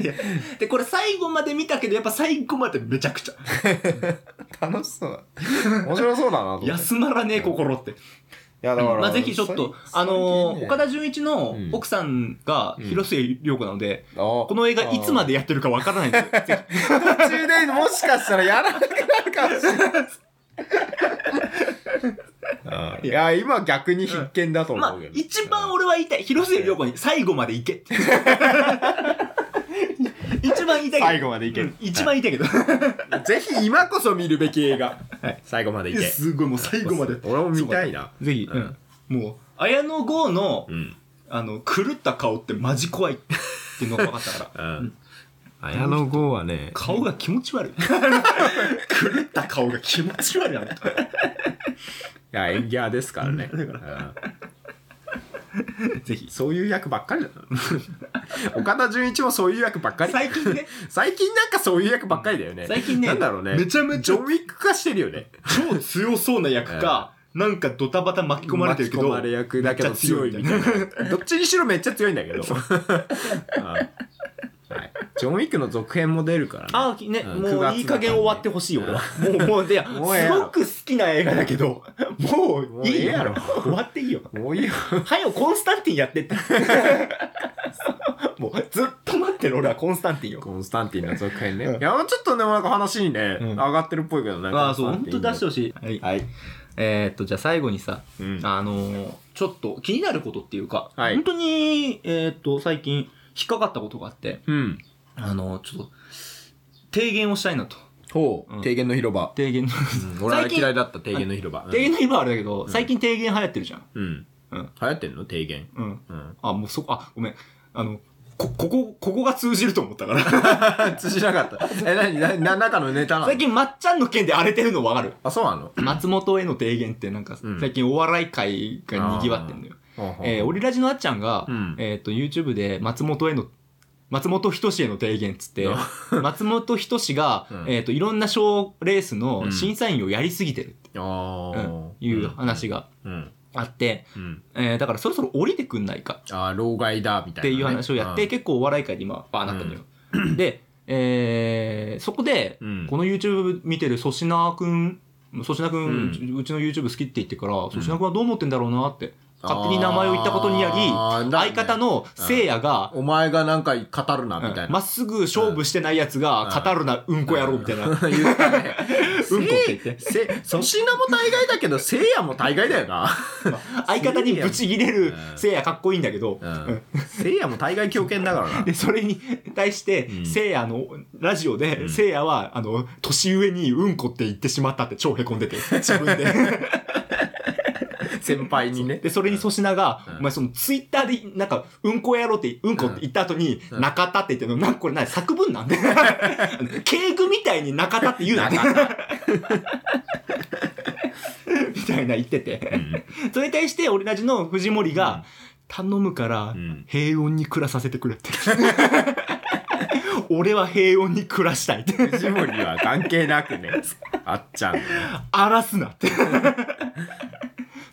A: いやで、これ最後まで見たけど、やっぱ最後までめちゃくちゃ。
B: 楽しそうだ面白そうだなと思ってい
A: 休まらねえ心って。
B: やだから、
A: まあ、ぜひちょっと、あのー岡田准一の奥さんが
B: うん
A: 広末涼子なので、
B: こ
A: この映画いつまでやってるかわからないんですよ。ぜひ
B: 途中でもしかしたらやらなくなるかもしれないいや今逆に必見だと
A: まあ
B: 思うけど、、
A: 一番俺は言いたい。広末涼子に最後まで行 けって。一番言いたいけど。
B: 最後まで行け
A: うん一番言いたいけど。
B: ぜひ今こそ見るべき映画、最後までいけ
A: すごい、もう最後まで。
B: 俺も見たいな
A: ぜひ、うんもう、綾野剛の
B: う、ん
A: あの、狂った顔ってマジ怖いっていうのが分かったから。
B: うん綾野剛はね
A: 顔が気持ち 悪い。狂った顔が気持ち悪いな。
B: いや演技派ですからね、うん
A: ぜひ。
B: そういう役ばっかりだな 岡田准一もそういう役ばっかり
A: 最近ね。
B: 最近なんかそういう役ばっかりだよね。
A: 最近ね
B: なんだろうね。
A: めちゃめちゃ
B: ジョンウィック化してるよね。
A: 超強そうな役か、なんかドタバタ巻き込まれてるけど、
B: 巻き込まれ役だけど 強いみたいな。どっちにしろめっちゃ強いんだけど。あはい。ちジョン・ウィックの続編も出るからね
A: ああ、ね、
B: うん
A: もう
B: 9月だからね
A: いい加減終わってほしい俺は。もう、 もう、いや、
B: もうええ
A: す
B: やろ
A: ごく好きな映画だけ ど、もういいよ
B: もうええやろ
A: 終わっていいよ。
B: もういいよ。
A: はよ、コンスタンティンやって って。もう、ずっと待ってる俺はコンスタンティンよ。
B: コンスタンティンの続編ね。
A: うん
B: いや、ちょっとね、なんか話にね、
A: うん
B: 上がってるっぽいけどね。
A: ああ、そう、
B: コ
A: 本
B: ンスタ
A: 当
B: ンティン
A: 出してほしい。はい。
B: はい。
A: えーっと、じゃあ最後にさ、
B: うん。
A: あのーちょっと気になることっていうか、
B: はい
A: 本当に、えーっと、最近引っかかったことがあって、
B: うん。
A: あのーちょっと、提言をしたいなと。
B: ほう、
A: うん
B: 提言の広場。
A: 提言の、
B: うん、俺は嫌いだった、提言の広場。
A: 提言の今あれだけど、最近提言流行ってるじゃん。
B: うん。
A: う
B: うんん。流行ってんの提言。
A: うん。
B: うん。
A: あ、もうそこ、あ、ごめん。あの、こ、ここ、ここが通じると思ったから。
B: 通じなかった。え、なに、な、な中のネタなの
A: 最近、まっちゃんの件で荒れてるのわかる
B: あ、そうなの
A: 松本への提言ってなんか、
B: うん
A: 最近お笑い界が賑わってんのよ。えー、オリラジのあっちゃんが、
B: うん
A: えっ、と、YouTube で松本への、松本人志への提言っつ って、松本人志が、
B: うん
A: えっ、と、いろんな賞レース
B: う
A: の
B: ん
A: 審査員をやりすぎてるって
B: ああ。
A: いう話が
B: うん。
A: あって、
B: うん。
A: えーだからそろそろ降りてくんないか
B: ああ、老害だ、みた
A: っ
B: いなね。
A: ていう話をやって、結構お笑い界で今バーなったのよ、で、えーそこで、
B: うん
A: この YouTube 見てる粗品くん粗品くん、
B: うん
A: うちうちの YouTube 好きって言ってから粗品くんはどう思ってんだろうなって勝手に名前を言ったことにより
B: あーだよ
A: 相
B: ね
A: 方のせいやが
B: うん。お前がなんか語るな、みたい
A: うん
B: な
A: ま。っすぐ勝負してないやつが
B: うん
A: 語るなうんこやろうみたいな、うんこ
B: 言ったね。
A: って言って
B: せ、粗品も大概だけど、せいやも大概だよな。
A: 相方にブチギレる
B: うん
A: せいやかっこいいんだけど、
B: うん。せいやも大概狂犬だからな。
A: で、それに対して、
B: うん
A: せいやの、ラジオで、
B: うん
A: せいやは、あの、年上にうんこって言ってしまったって超へこん でて、自分で。
B: 先輩にね。
A: で、それに粗品が、
B: うん
A: お前そのツイッターで、なんか、うんこやろうって、うんこって言った後に、
B: うん
A: 中田って言ってるの、なんかこれ何作文 なんで敬具みたいに中田って言うな、みたいな言って
B: う
A: て。
B: ん
A: それに対して、俺たちの藤森が、頼むから
B: う、ん
A: 平穏に暮らさせてくれって。 俺は平穏に暮らしたいって。
B: 藤森は関係なくね。あっちゃんのね。
A: 荒らすなって。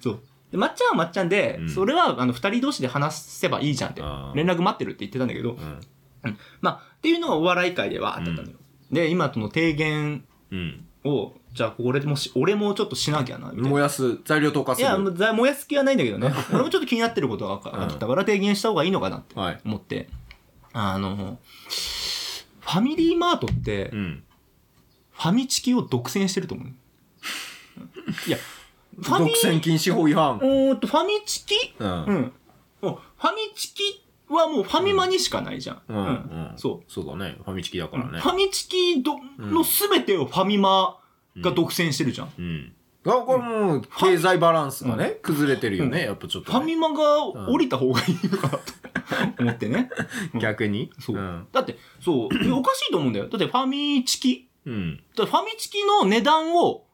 A: そう。で、まっちゃんはまっちゃんで、
B: うん
A: それは、あの、二人同士で話せばいいじゃんって
B: あ。ー
A: 連絡待ってるって言ってたんだけど、
B: うん
A: まあ、っていうのがお笑い界ではあったんだよ。で、今、その提言
B: うん。
A: を、じゃあ、これもし、俺もちょっとしなきゃな、みたいな。
B: 燃やす、材料投下
A: い
B: す
A: や、も
B: る。
A: うざ燃やす気はないんだけど ね。俺もちょっと気になってることがあったから、提言した方がいいのかなって
B: はい。
A: 思って。あの、ファミリーマートって、
B: うん。
A: ファミチキを独占してると思う。いや、ファ
B: 独
A: ミ、
B: 占禁止法違反
A: う。ーんと、ファミチキ
B: うん
A: う。ん。もうファミチキはもうファミマにしかないじゃん。
B: うんうん
A: そ
B: そうだね。ファミチキだか
A: う。
B: ら
A: フ
B: ね。
A: ァミチキど
B: うん
A: のすべてをファミマが独占してるじゃん。
B: うん。あ、これもう、経済バランスがね、崩れてるよ
A: う
B: ね。やっぱちょっ
A: ファ
B: とね。
A: ミマが降りた方がいいのかなと思ってね。
B: 逆に。
A: そうんだって、そう、いやおかしいと思うんだよ。だってファミチキ。
B: うん。
A: だってファミチキの値段を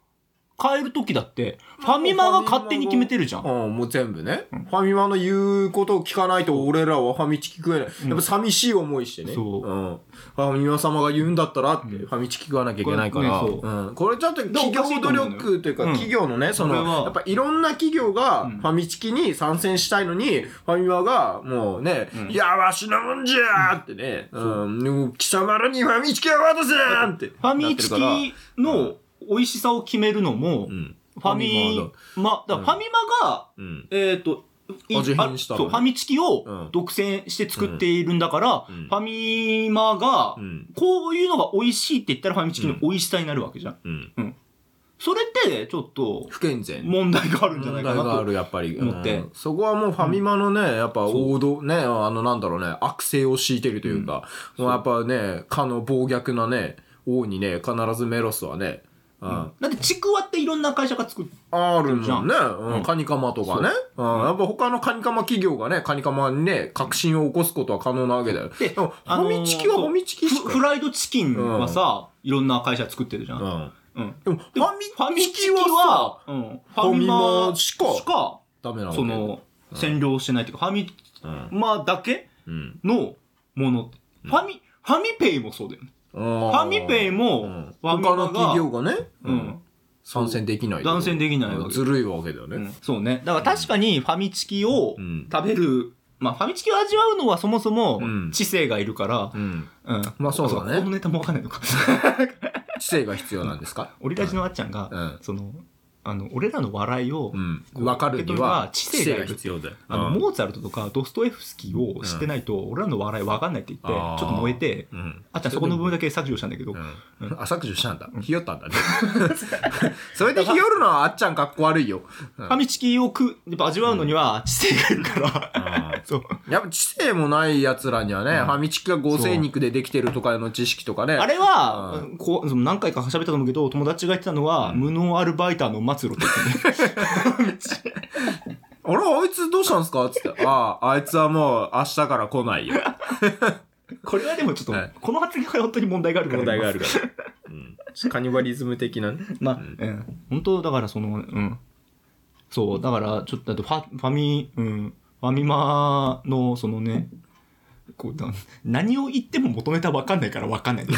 A: 変えるときだって、ファミマが勝手に決めてるじゃん。
B: うん、もう全部ね。ファミマの言うことを聞かないと俺らはファミチキ食えない。やっぱ寂しい思いしてね。
A: そう
B: うん。ファミマ様が言うんだったらって、ファミチキ食わなきゃいけないから。
A: これねそ
B: うん。これちょっと企業努力というか、
A: うん
B: 企業のね、そ
A: これは
B: の、やっぱいろんな企業が
A: うん
B: ファミチキに参戦したいのに、ファミマがもうね、
A: うん
B: いや、わしのもんじゃーってね、うん、うん貴様らにファミチキは渡せーって。
A: ファミチキの美味しさを決めるのも、
B: うん。
A: ファミマ、だからファミマが、
B: うん。
A: えっ、と、い
B: 味変した
A: あ
B: のね
A: そうファミチキ
B: う
A: を
B: ん
A: 独占して作っているんだから、
B: うん
A: ファミマが
B: う、ん。
A: こういうのが美味しいって言ったらファミチキの美味しさになるわけじゃん。
B: うん。
A: それって、ちょっと、
B: 不健全。
A: 問題があるんじゃな
B: 問題
A: いかな
B: があ
A: と。
B: るやっぱり
A: 思って
B: うんそこはもうファミマのねやっぱ王道ねあのなんだろうね悪性を敷いてるというか、もうやっぱねかの暴虐なね王にね必ずメロスはね、うん
A: だって、ちくわっていろんな会社が作る。
B: あるもんね、
A: う
B: うんん、カニカマとかねう、ん、やっぱ他のカニカマ企業がねカニカマにね革新を起こすことは可能なわけだよ
A: で
B: でもフ
A: あの
B: ァ
A: ー
B: ミチキは
A: そう
B: ファミチキし
A: フ
B: か
A: フライドチキンはさ、いろんな会社作ってるじゃん。
B: うん
A: うん。
B: でもフ
A: で
B: ァミチキ
A: ファミ
B: は
A: チキは
B: さ
A: うん、フ
B: ァミマ
A: しか、
B: しダメなわけ
A: そ
B: だよ
A: の、占領してないっていうか、ファミ
B: うん
A: マだけ
B: うん
A: のもの。ファミ、ファミペイもそうだよね。
B: フ
A: ファミペイ
B: う
A: も
B: ん、、
A: ファ
B: 他
A: ミマ
B: の企業がね、
A: うん、
B: 参戦できない。
A: 参戦できないわけ
B: ずるいわけだよ
A: う
B: ね
A: ん。そうね。だから確かにファミチキを
B: うん
A: 食べるまあ、ファミチキを味わうのはそもそも
B: うん
A: 知性がいるから、
B: うん。
A: うん
B: まあそうだね
A: このネタもわかんないの か
B: 知性が必要なんですか
A: 俺たちのあっちゃんが、
B: うん
A: そのあの俺らの笑いを、
B: うん。わかるには
A: 知性が必
B: 要だよ。
A: あのモーツァルトとかドストエフスキーを知ってないと、俺らの笑いわかんないって言って、
B: あー
A: ちょっと燃えて
B: うん。
A: あっちゃんそこの部分だけ削除したんだけど、
B: うんあ、削除したんだ。ひよったんだ ね。それでひよるのはあっちゃんかっこ悪いよ。うん
A: ファミチキを食うやっぱ味わうのには知性がいるから、そう
B: やっぱ知性もない奴らにはね、ファミチキが合成肉でできてるとかの知識とかね。
A: あれは
B: う、
A: こう、その何回か喋ったと思うけど、友達が言ってたのは、無能アルバイターの末路って言ってね
B: あれあいつどうしたんすかつって。ああ、あいつはもう明日から来ないよ。
A: これはでもちょっと、
B: はい
A: この発言は本当に問題があるから。
B: るから。うん。カニバリズム的なね。
A: まあ、うん本当だからその、うん。そう、だから、ちょっと、だってファファミ、うん、ファミマの、そのね、こうだ何を言っても元ネタ分かんないから分かんない。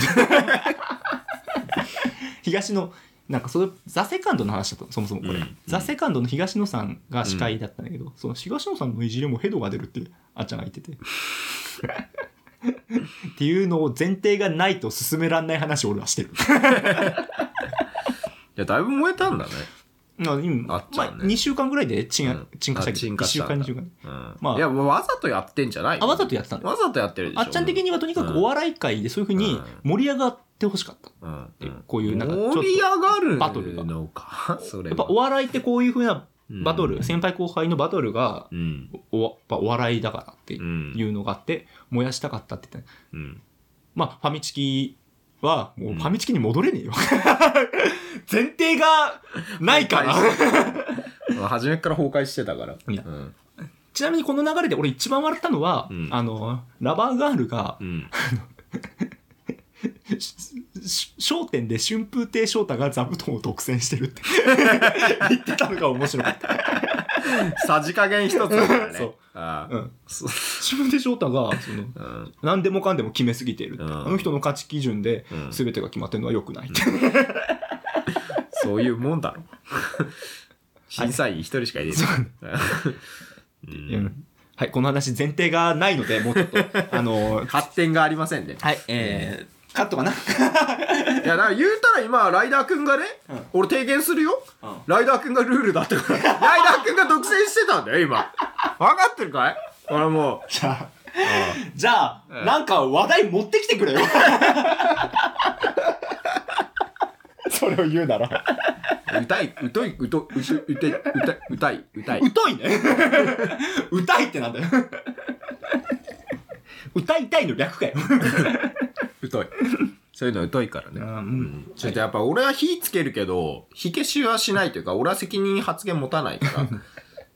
A: 東の、なんかそれ、ザ・セカンドの話だと、そもそもこれ。
B: うん
A: ザ・セカンドの東野さんが司会だったんだけど、その東野さんのいじりもヘドが出るって、あっちゃんが言ってて。っていうのを前提がないと進めらんない話を俺はしてる。
B: いや、だいぶ燃えたんだね。
A: まあ、今
B: あっちゃんね
A: まあ、2週間ぐらいでチン、
B: うん
A: チンカした
B: あ
A: け
B: チ
A: ど、
B: ン
A: 1
B: カし
A: 週
B: たんだ
A: 間、2週間。
B: うん。
A: まあ
B: いや、もうわざとやってんじゃない
A: あ、わざとやってたんだ。
B: わざとやってるでしょ。
A: あっちゃん的にはとにかくお笑い界でそういうふうに
B: うん
A: 盛り上がってほしかった。
B: うん、うん。
A: こういうなんかちょっと
B: 盛り上がる
A: バトルが
B: のか。それ
A: や
B: は
A: っぱお笑いってこういうふうなバトル、
B: うん
A: 先輩後輩のバトルが
B: うん。
A: おやっぱお笑いだからって
B: うん
A: いうのがあって、燃やしたかったって言ってた
B: うん。
A: まあ、ファミチキは、もううんファミチキに戻れねえよ。 前提がないから。
B: 初めから崩壊してたから。
A: いや
B: うん。
A: ちなみにこの流れで俺一番笑ったのは、
B: うん
A: あの、ラバーガールが、
B: うん。
A: し商店で春風亭昇太が座布団を独占してるって 言ってたのが面白かった。
B: さじ加減一つだからね。
A: そう
B: あ
A: うん、
B: あ。そう。
A: 春風亭昇太がその
B: うん。
A: 何でもかんでも決めすぎてるって、
B: うん
A: あの人の価値基準で
B: うん
A: 全てが決まってるのは良くないって、
B: そういうも んだろ。 審査員一人しかいねえんだ
A: う
B: う
A: んん はい、この話前提がないので、もうちょっと、あの
B: 発展がありませんね。
A: はい、えー、カット かな
B: いや、だから言うたら今、ライダーくんがね、
A: うん
B: 俺提言するよ。
A: うん
B: ライダーくんがルールだって から。ライダーくんが独占してたんだよ、今。分かってるかい俺も
A: じゃあ、
B: う。あ
A: じゃあ、
B: うん
A: なんか話題持ってきてくれ よ。それを言うなら。
B: あ歌い、うとい、うと、うと、うて、うた、うたい、うたい。
A: 歌いね歌いってなんだよ歌いたいの略かよ
B: うとい。そういうのうといからね。
A: あーうん
B: うんちょっとやっぱ俺は火つけるけど、火消しはしないというか、俺は責任発言持たな いから、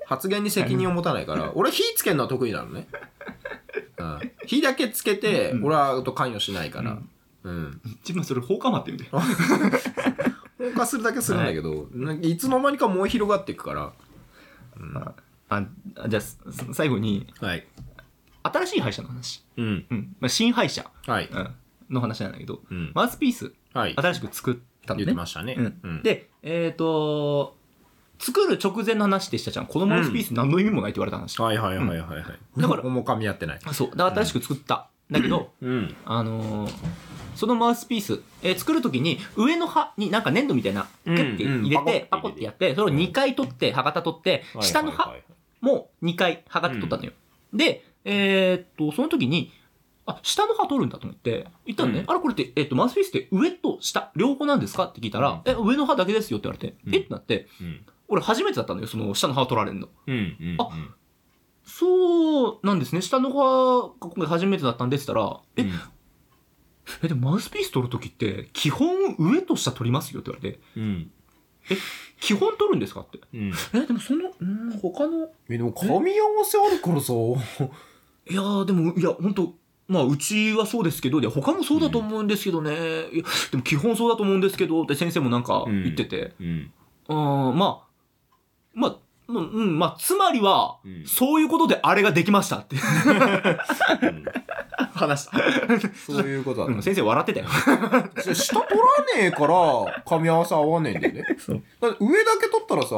B: 発言に責任を持たないから、俺は火つけるのは得意なのね。うん、火だけつけて、俺はと関与しないから。うん。
A: 自分それ放火魔って言うんだよ
B: 放火するだけするんだけど、なんかいつの間にか燃え広がっていくから。
A: ああじゃあす最後に
B: はい。
A: 新しい歯医者の話、
B: うん。
A: うんまあ、新歯医者、
B: はい。
A: うん、の話なんだけど、
B: うん
A: マウスピース
B: はい。
A: 新しく作ったの
B: 言っ
A: ね
B: てましたね。
A: うん
B: うん、
A: でえっ、と作る直前の話でしたじゃんこのマウスピース何の意味もないって言われた話、
B: はいはいはいはいはい。
A: だから
B: もう噛み合ってない。
A: あそうだから新しく作った、だけど
B: うん。
A: あのーそのマウスピース、えー作るときに上の歯になんか粘土みたいなキ
B: うん
A: ュッて入れ
B: うんパコッ
A: て
B: て
A: パコってやってそれを2回取って歯型取って下の
B: は
A: 歯
B: いはい
A: も2回歯型取ったのよでえーっとその時にあ下の歯取るんだと思って言ったのね、
B: うん
A: あれこれって、えーっとマウスピースって上と下両方なんですかって聞いたら、え上の歯だけですよって言われて、
B: うん
A: えってなって
B: はいうん。
A: 俺初めてだったのよその下の歯取られるの
B: うんうんうん
A: あそうなんですね下の歯が今回初めてだったんですって言ったらえ、えでもマウスピース取るときって基本上と下取りますよって言われて
B: うん
A: 基本取るんですかって
B: うん
A: えでもそのうん他の
B: えでも噛み合わせあるからさ
A: いやーでもいや本当まあうちはそうですけどで他もそうだと思うんですけどね、いやでも基本そうだと思うんですけどって先生もなんか言ってて、
B: うん
A: うん、まあまあうんうんまあつまりは、
B: うん
A: そういうことであれができましたって 話した、
B: そういうこ と
A: う
B: だ
A: ん、先生笑ってたよ
B: 下取らねえから噛み合わせ合わねえんだよね
E: そう
B: だって上だけ取ったらさ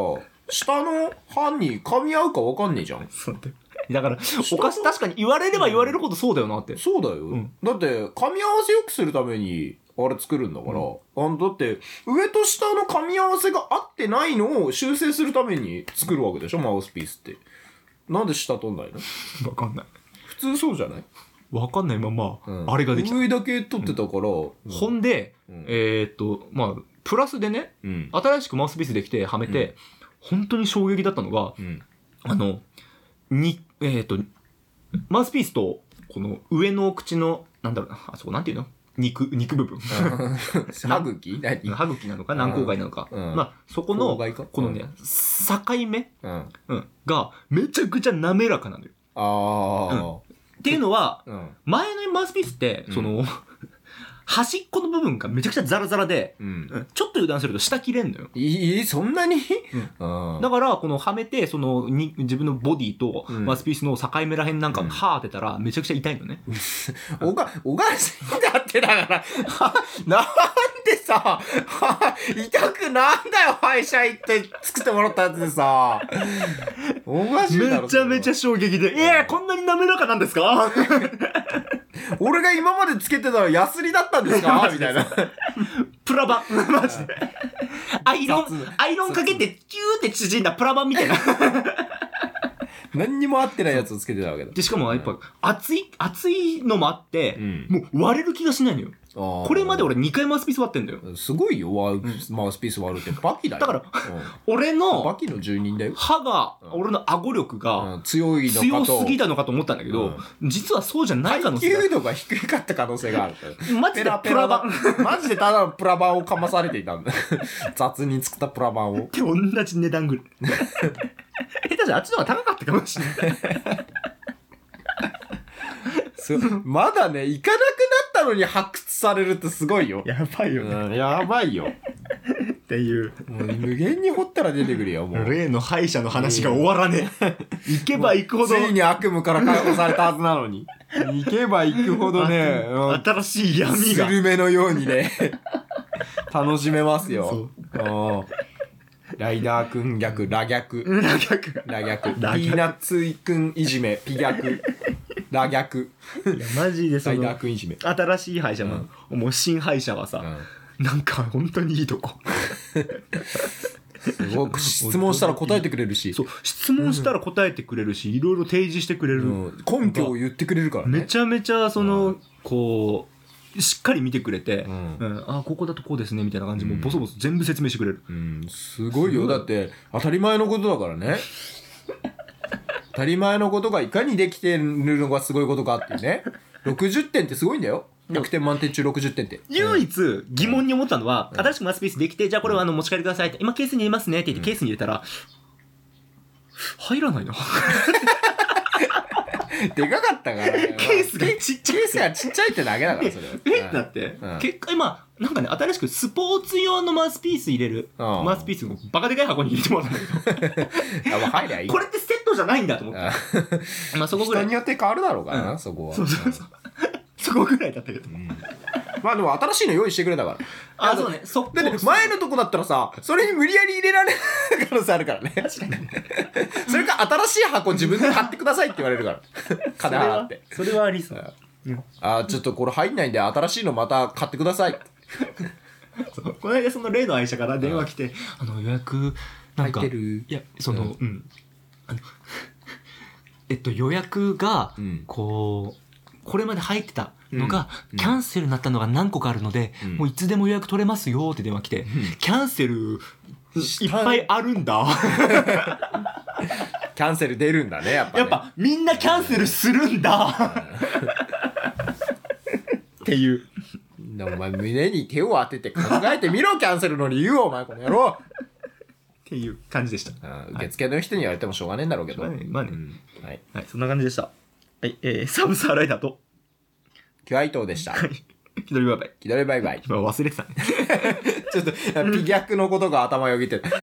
B: 下の歯に噛み合うか分かんねえじゃん
E: そうだよ
A: だから、おかし、確かに言われれば言われるほどそうだよなって。
B: そうだよ、
A: ん
B: だって噛み合わせよくするためにあれ作るんだから、あのだって上と下の噛み合わせが合ってないのを修正するために作るわけでしょマウスピースってなんで下取んないの
A: わかんない。
B: 普通そうじゃない、
A: わかんないまま、
B: うん
A: あれができた。
B: 上だけ取ってたから、うん
A: ほんで、
B: うん
A: えーっと、まあ、プラスでね、
B: うん
A: 新しくマウスピースできてはめて、本当に衝撃だったのが、
B: うん
A: あの、に、えーっと、マウスピースと、この上の口の、なんだろうな、あそこなんていうの肉、肉部分。
B: 歯茎何
A: 歯茎なのか、軟口蓋なのか。
B: うん
A: まあ、そこの、
B: 口蓋か
A: このね、
B: う
A: 境目、
B: うんあ
A: うん、が、めちゃくちゃ滑らかなのよ。
B: あ
A: っていうのは、
B: ー、うん
A: 前のマウスピースって、その、 端っこの部分がめちゃくちゃザラザラで、
B: うん
A: うんちょっと油断すると下切れんのよ。
B: いいそんなに、うん
A: だから、このはめて、そのに、自分のボディと、
B: うん
A: マウスピースの境目らへんなんか、
B: うん
A: 歯当てたら、めちゃくちゃ痛いのね。
B: おが、おがしだってだから、 はなんでさ、は痛くなんだよ、歯医者行って作ってもらったやつでさ。おかしいだろ。
A: めちゃめちゃ
B: そ
A: 衝撃で、えー、こんなに滑らかなんです か
B: れは。俺が今までつけてたのヤスリだったんで すかみたいな。
A: プラバン。マジで。アイロン
B: 雑、
A: アイロンかけて、キューって縮んだプラバンみたいな。
B: 何にも合ってないやつをつけてたわけだ。
A: で、しかも、やっぱ、熱い、熱いのもあって、
B: うん
A: もう割れる気がしないのよ。
B: こ
A: これまで。俺2回マウスピース割ってんだよ。
B: すごいよ、ワウマウスピース割るって。バキだよ。
A: だから
B: う
A: 俺
B: ん、バ
A: の
B: キの住人だよ。
A: 歯が、
B: うん
A: 俺の顎力が
B: うん強いの
A: 強
B: かと。
A: すぎたのかと思ったんだけど、実はそうじゃない可能
B: 耐
A: 性があ
B: 久
A: る。
B: 度が低かった可能性がある。
A: マジ
B: ペ
A: で
B: ラペ
A: プ
B: ラ
A: ラ
B: だ
A: バン。っ。
B: マジでただのプラ板をかまされていたんだ。 雑に作ったプラ板を。
A: て同じ値段ぐらい。 下手じゃあっちの方が高かったかもしれない。
B: すごいまだね、行かなくなったのに発掘されるってすごいよ。
A: やばいよ
B: うんやばいよ。
A: っていう。
B: もう無限に掘ったら出てくるよ、もう。
A: 例の歯医者の話が終わらねえ。行けば行くほ
B: つ
A: ど、
B: いに悪夢から解放されたはずなのに。 行けば行くほどね、うん
A: 新しい闇
B: ス
A: が。
B: ルメのように ね、楽しめますよ。うんライダーくん逆、ラ逆。
A: 裏逆が。
B: ラ逆。ピ
A: ラ逆
B: ーナッツイくんいじめ、ピ逆。ラ逆。
A: いや、マジでそ
B: ライダー
A: の、
B: くんいじめ。
A: 新しい歯医者も、もう新歯医者はさ、なんか本当にいいとこ。
B: すごく質問したら答えてくれるし、
A: そう質問したら答えてくれるしいろいろ提示してくれる、
B: うん根拠を言ってくれるからね。
A: めちゃめちゃその、こうしっかり見てくれて、
B: うん
A: うんあここだとこうですねみたいな感じで、
B: うん
A: もうボソボソ全部説明してくれる
B: うん、すごいよ。だって、当たり前のことだからね。当たり前のことがいかにできてるのがすごいことかっていうね。60点ってすごいんだよ。100点満点中60点って。
A: 唯一疑問に思ったのは、新しくマウスピースできて、じゃあこれはあの持ち帰りくださいって、今ケースに入れますねって言ってケースに入れたら、入らないな。
B: でかかったからね。
A: ケースが
B: ケ
A: ちっちゃい。
B: ースがちっちゃいってだけだから、それは。
A: えってなって、
B: うん
A: 結果今、なんかね、新しくスポーツ用のマウスピース入れる、
B: うん
A: マウスピースのバカでかい箱に入れてもらったんだけど
B: うんやばい入りゃいい。
A: これってセットじゃないんだと思って。
B: うん
A: まあそこぐら
B: 人
A: い
B: に。よって変わるだろうから
A: う
B: な、
A: ん
B: そこは。
A: そうそうそう。そこぐらいだったけど。
B: うんまあでも新しいの用意してくれたから。
A: あ、そうね。そこ
B: だって前のとこだったらさ、それに無理やり入れられない可能性あるからね。 それか新しい箱自分で買ってくださいって言われる から。金払って。
A: それはありそう。
B: あー、ちょっとこれ入んないんで新しいのまた買ってください。
A: そう この間その例の愛車から電話来て、あの予約、なんか、
B: 入
A: い
B: ってる
A: や、その、うん。あの、 えっと予約が
B: うん、
A: こう、これまで入ってたのが
B: う、ん
A: キャンセルになったのが何個かあるので
B: うん、
A: もういつでも予約取れますよって電話来て、キャンセル、いっぱいあるんだ。
B: キャンセル出るんだね、やっぱ、ね。
A: やっぱみんなキャンセルするんだっていう
B: でもお前胸に手を当てて考えてみろ、キャンセルの理由を、お前この野郎。
A: っていう感じでした。
B: あー受付の人に言われてもしょうがねえんだろうけど。
A: まあね、まあね
B: うんはい。
A: はい、そんな感じでした。はい、えー、サブスアライダーと、
B: キュアイトーでした。
A: ひとりバイバイ。
B: 気取りバイバイ。
A: 今忘れてたね。
B: ちょっと、美脚のことが頭よぎってる。